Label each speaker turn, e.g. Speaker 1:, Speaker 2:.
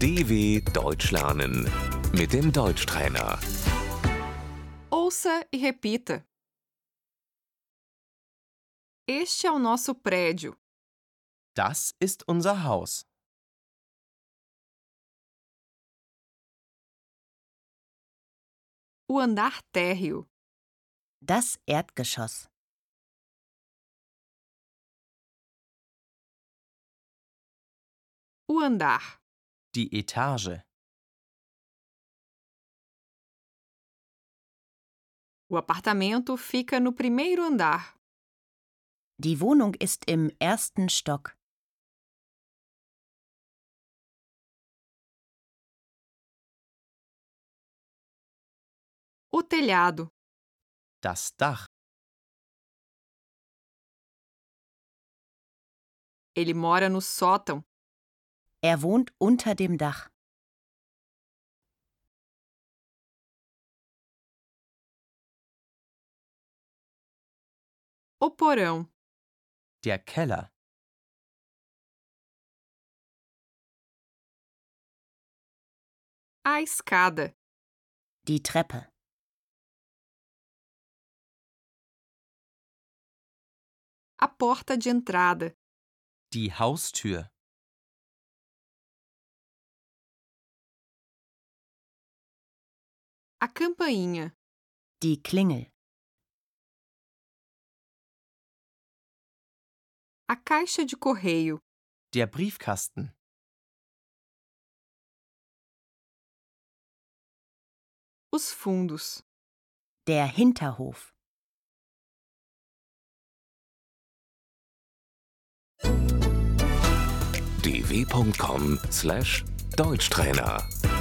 Speaker 1: DW Deutsch lernen mit dem Deutschtrainer.
Speaker 2: Ouça e repita. Este é o nosso prédio.
Speaker 3: Das ist unser Haus.
Speaker 2: O andar térreo.
Speaker 4: Das Erdgeschoss.
Speaker 2: O andar.
Speaker 3: Die Etage.
Speaker 2: O apartamento fica no primeiro andar.
Speaker 4: Die Wohnung ist im ersten Stock.
Speaker 2: O telhado.
Speaker 3: Das Dach.
Speaker 2: Ele mora no sótão.
Speaker 4: Er wohnt unter dem Dach.
Speaker 2: O porão.
Speaker 3: Der Keller.
Speaker 2: A escada.
Speaker 4: Die Treppe.
Speaker 2: A porta de entrada.
Speaker 3: Die Haustür.
Speaker 2: A campainha.
Speaker 4: Die Klingel.
Speaker 2: A caixa de correio.
Speaker 3: Der Briefkasten.
Speaker 2: Os fundos.
Speaker 4: Der Hinterhof.
Speaker 1: dw.com/deutschtrainer